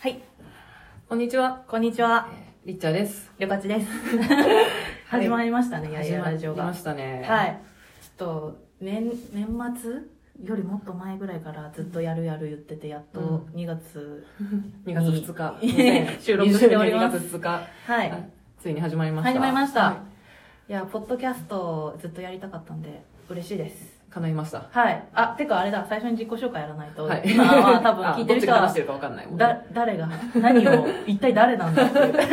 はい、こんにちは。こんにちは、りっちゃです。りょかちです。始まりましたね、やいやラジオ始まりがま。したね。はい。ちょっと、年、年末よりもっと前ぐらいからずっとやるやる言ってて、やっうとん2月。 2月2日。 収録しております2020年2月2日。はあい。ついに始まりました。始まりましたはいや、ポッドキャストずっとやりたかったんで、嬉しいです。い叶いました。はい。あ、てかあれだ、最初に自己紹介やらないと、はい。今は多分 あ聞いてる人どっちが話はして、るかわかんないもんね。だ、誰が、何を、一体誰なんだって いう。じゃあ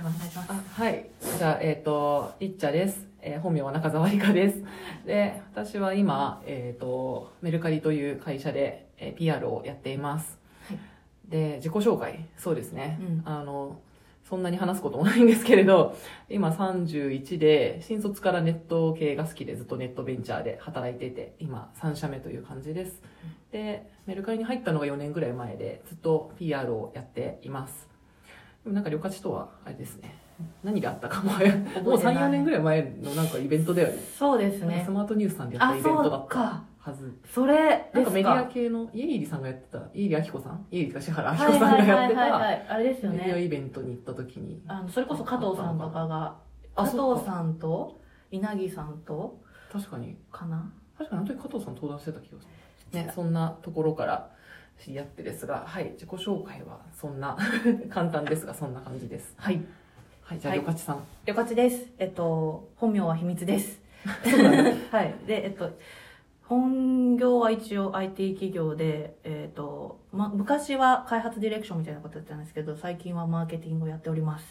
お願いします。あはい。じゃあ、えっ、と、りっちゃです。えー本名は中澤理香です。で、私は今、えっ、と、メルカリという会社で、えー PR をやっています。はいで、自己紹介、そうですね、うんあの、そんなに話すこともないんですけれど、今31で、新卒からネット系が好きでずっとネットベンチャーで働いていて、今3社目という感じです。で、メルカリに入ったのが4年ぐらい前で、ずっと PR をやっています。でもなんか、旅館地とは、あれですね。何があったかも、もう3、4年ぐらい前のなんかイベントだよね。そうですなんかねス。マートニュースさんでやったあイ、ベンそトだうったか。はず。それなでんかすメディアか。系の、家入さんがやってた、家入明子さん家入か志原明は子いさんはがいやはっいてはい、はた、い、あれですよメディアね。イベントに行った時に。あのそれこそ加藤さんとかがあ加そ藤っかさんと稲城さんと確かに、かな。確かにあの時加藤さん登壇してた気がする。ね、そんなところから知り合ってですが、はい、自己紹介はそんな、 簡単ですが、そんな感じです。はい。はい、じゃあ、はいよかちさん。りょかちです。えっと本名は秘密です。はい。でえっと本業は一応 IT 企業でえっとま昔は開発ディレクションみたいなことやってたんですけど最近はマーケティングをやっております。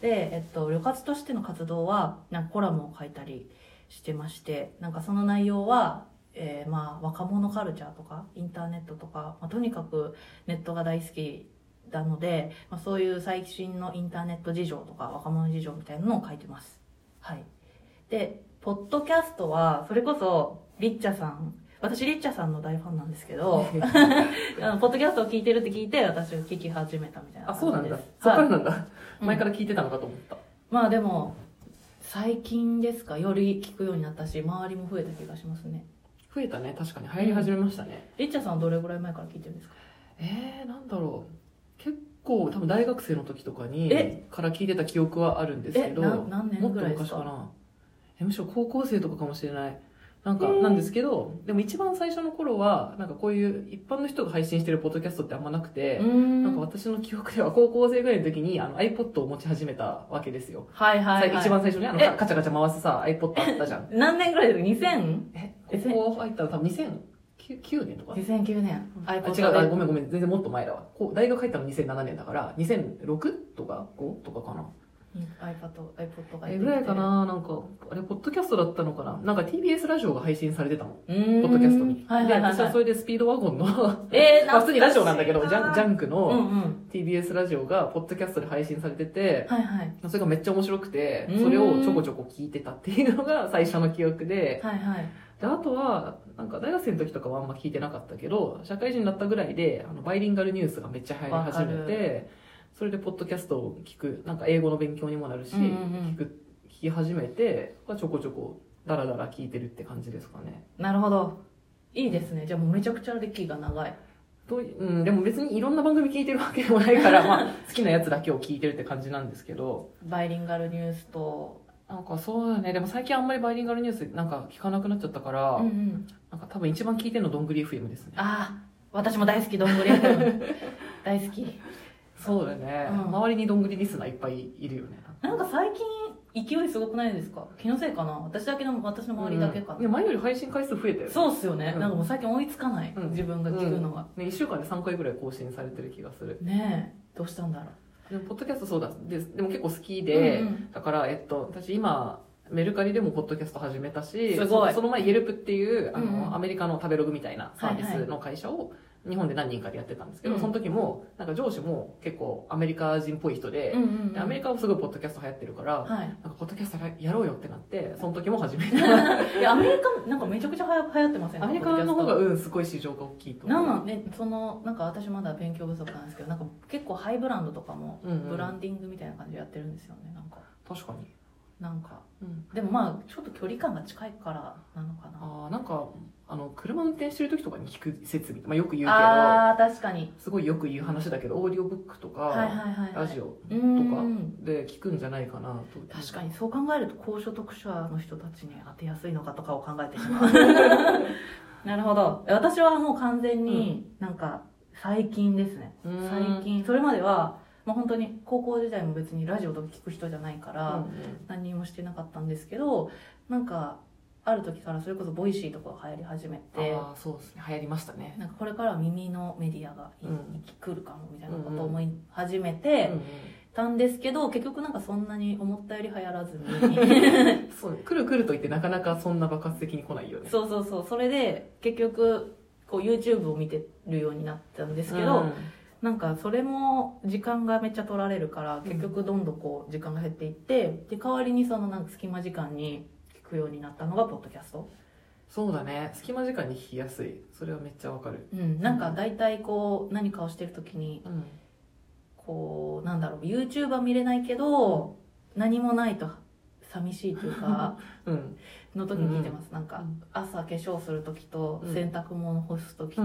で、えっと、旅活としての活動は、なんかコラムを書いたりしてまして、なんかその内容は、えーまあ、若者カルチャーとか、インターネットとか、まあ、とにかくネットが大好きなので、まあ、そういう最新のインターネット事情とか、若者事情みたいなのを書いてます。はい。で、ポッドキャストは、それこそ、リッチャさん、私リッチャさんの大ファンなんですけ ど、あのポッドキャストを聞いてるって聞いて、私を聞き始めたみたいな あ、そうな感んじでだす。。そっかはらいなんだ。うん前から聞いてたのかと思った。まあでも最近ですかより聞くようになったし周りも増えた気がしますね増えたね、確かに。流行り始めましたね。りっちゃんさんはどれぐらい前から聞いてるんですかえー、なんだろう結構多分大学生の時とかにえから聞いてた記憶はあるんですけえどな何年もっぐとらいです昔かかなえむしろ高校生とかかもしれないなんかえーなんですけどでも一番最初の頃はなんかこういう一般の人が配信してるポッドキャストってあんまなくてうー、んなんか私の記憶では高校生ぐらいの時にあの iPod を持ち始めたわけですよ、はいはい、はい、さ一番最初にあのえガチャガチャ回すさ iPod あったじゃん何年ぐらいですか 2000? ええせん高校入ったら多分2009年とか2009年あ iPod 違うあごめんごめん全然もっと前だわこう大学入ったの2007年だから2006とか5とかかな iPad iPod がえぐらいかななんかあれポッドキャストだったのかななんか TBS ラジオが配信されてたのポッポッドキャストに、はいはいはい、で私はそはい、れでスピードワゴンのまえー、 あ普通にラジオなんだけどジャンジャンンクうんうのん TBS ラジオがポッドキャストで配信されててはいはいそれがめっちゃ面白くてうんそれをちょこちょこ聞いてたっていうのが最初の記憶ではいはいであとはなんか大学生の時とかはあんま聞いてなかったけど社会人になったぐらいであのバイリンガルニュースがめっちゃ流行り始めわかてそれでポッドキャストを聞くなんか英語の勉強にもなるし、うんうんうん聞く聞き始めてちょこちょこダラダラ聞いてるって感じですかねなるほどいいですねじゃあもうめちゃくちゃ歴が長いと、うん、でも別にいろんな番組聞いてるわけでもない から、まあ、好きなやつだけを聞いてるって感じなんですけどバイリンガルニュースとなんかそうだねでも最近あんまりバイリンガルニュースなんか聞かなくなっちゃったから、うんうんなんか多分一番聞いてるのどんぐり FM ですねああ私も大好きどんぐり FM 大好きそうだね、うん周りにどんぐりリスナーいっぱいいるよね なんか最近勢いすごくないですか気のせいかな私だけの私の周りだけかな、うんいや前より配信回数増えたよねそうっすよね、うんなんかもう最近追いつかない、うん自分が聞くのが、ね、1週間で3回ぐらい更新されてる気がするねえどうしたんだろでもポッドキャストそうだででも結構好きで、うんうんだから、えっと、私今メルカリでもポッドキャスト始めたしすごいそその前 Yelp っていうあの、うんうんアメリカの食べログみたいなサービはいはスいの会社を日本で何人かでやってたんですけど、うんその時もなんか上司も結構アメリカ人っぽい人で,う、で、うんうんうんアメリカはすごいポッドキャスト流行ってるから、はいなんかポッドキャストやろうよってなってその時も始めたいやアメリカなんかめちゃくちゃはや流行ってませんアメリカの 方がうんすごい市場が大きいとなん思なうんねそのなんか私まだ勉強不足なんですけどなんか結構ハイブランドとかもうんうんブランディングみたいな感じでやってるんですよねなんか確かに、なんかうん、でもまあちょっと距離感が近いからなのかなあーなんかあの、車運転してる時とかに聞く設備、まあ、よく言うけど、ああ確かにすごいよく言う話だけど、オーディオブックとか、はいはいはいラジオとうんで聞くんじゃないかなと。確かにそう考えると高所得者の人たちに当てやすいのかとかを考えてしま うなるほど私はもう完全になんか最近ですね、うん最近それまでは、まあ、本当に高校時代も別にラジオとか聞く人じゃないから、うん何もしてなかったんですけどなんかある時からそれこそボイシーとかが流行り始めうんてああ、そうですね。流行りましたね。なんかこれからは耳のメディアがいうん生き来るかもみたいなことを思い始めてたんですけど結局なんかそんなに思ったより流行らず にうんそうね来る来ると言ってなかなかそんな爆発的に来ないよね。そうそうそうそれで結局こう YouTube を見てるようになったんですけど、うんなんかそれも時間がめっちゃ取られるからうん結局どんどんこう時間が減っていってで代わりにそのなんか隙間時間に聞くようになったのがポッドキャストそうだね。隙間時間に聞きやすい。それはめっちゃわかる。うん、なんか大体こう何かをしてる時にうん。こうなんだろう YouTube は見れないけど何もないと寂しいというか うん。の時に聞いてます、なんかうん朝化粧する時とうん洗濯物干す時と、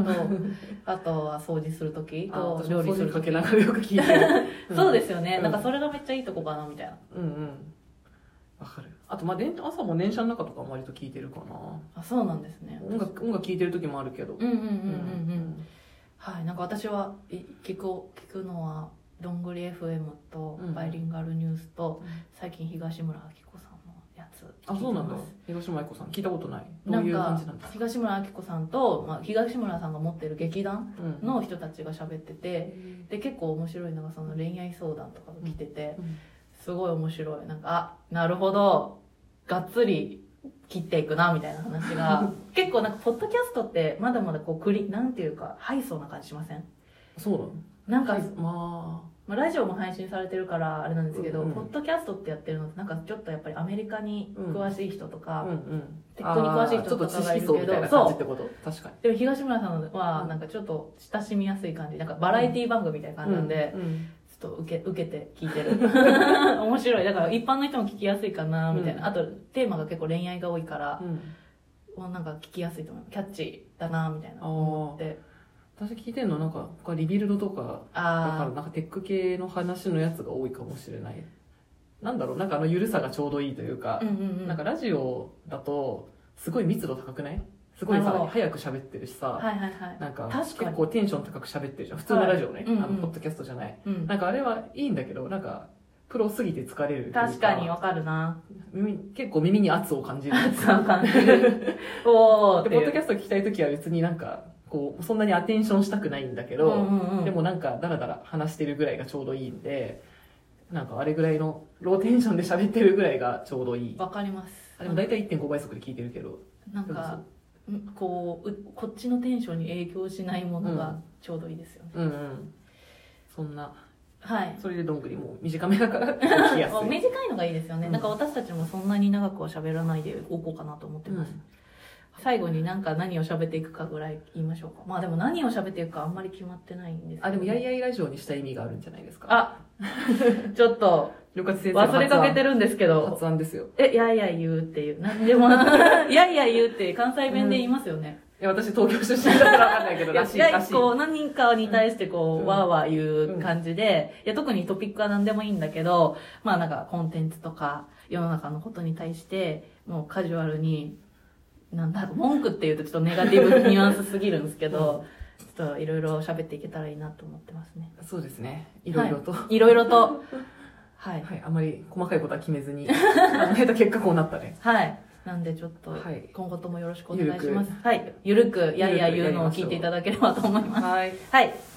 あとは掃除する時あと私料も理掃す除るか時。けながらよく聞いてる そうですよね、 うんなんかそれがめっちゃいいとこかなみたいなうんうんわかるあとまあ電朝も電車の中とかも割と聞いてるかなあそうなんですね音楽音楽聞いてる時もあるけどうんうんうんうんううん、はいなんか私はい聞く聞くのはどんぐり FM とうんバイリンガルニュースと、うん最近東村明子さんのやつあそうなんだ聞いてます東島愛子さん聞いたことないどなういんう感かじなんですか東村明子さんと、まあ、東村さんが持ってる劇団うんの人たちが喋っててで結構面白いのがその恋愛相談とかが来ててうんすごい面白いなんかあなるほどがっつり切っていくなみたいな話が 結構なんかポッドキャストってまだまだこうクリなんていうかハイソーな感じしませんそうなのなんか、はいままあ、ラジオも配信されてるからあれなんですけど、うんうんポッドキャストってやってるのってなんかちょっとやっぱりアメリカに詳しい人とあか、うんうんテクニック詳しいあーち人ょっとと知かがい識る層けみたいどな感そじうってこと確かにでも東村さんはうんなんかちょっと親しみやすい感じなんかバラエティ番組みたいな感じなんで、うんうんちょっと受け受けて聞いてる 面白いだから一般の人も聞きやすいかなみたいな、うんあとテーマが結構恋愛が多いからう、んもうなんか聞きやすいと思うキャッチーだなみたいな思って私聞いてるのなんか他リビルドとかだからあなんかテック系の話のやつが多いかもしれないなんだろうなんかあのゆるさがちょうどいいというあかうんうんうんなんかラジオだとすごい密度高くないすごいなるほさど早く喋ってるしさ、はいはいはいなんか確かに結構テンション高く喋ってるじゃん普通のラジオね、はいうんうんあのポッドキャストじゃないうんなんかあれはいいんだけどなんかプロすぎて疲れるという確かにわかるな 耳結構耳に圧を感じるその感じおおでポッドキャスト聞きたい時は別になんかこうそんなにアテンションしたくないんだけど、うんうんうんでもなんかダラダラ話してるぐらいがちょうどいいんでなんかあれぐらいのローテンションで喋ってるぐらいがちょうどいいわかりますあでも大体1.5倍速で聞いてるけどなんかんこううこっちのテンションに影響しないものがちょうどいいですよね、うんうんそんなはいそれでどんぐりも短めだから聞きやすあい、短いのがいいですよね、うんなんか私たちもそんなに長くは喋らないでおこうかなと思ってうます、ん最後になんか何を喋っていくかぐらい言いましょうかまあでも何を喋っていくかあんまり決まってないんですけどあでもやいやいラジオにした意味があるんじゃないですかあ ちょっと旅客先生の発忘案れかけてるんですけど発案ですよえやいやい言うっていう何でも やいやい言うって関西弁で言いますよね、いや私東京出身だから分かんないけどいやらしいらしいこう何人かに対してこう、うんわーわー言う感じで、いや特にトピックは何でもいいんだけどまあなんかコンテンツとか世の中のことに対してもうカジュアルになんだろう文句っていうとちょっとネガティブニュアンスすぎるんですけど、ちょっといろいろ喋っていけたらいいなと思ってますねそうですねいろいろと、いろいろとはいはい、あまり細かいことは決めずに考えた結果こうなったね。はいなんでちょっとはい今後ともよろしくお願いします、はいゆるくやいやい言うのを聞いていただければと思いますはい。はい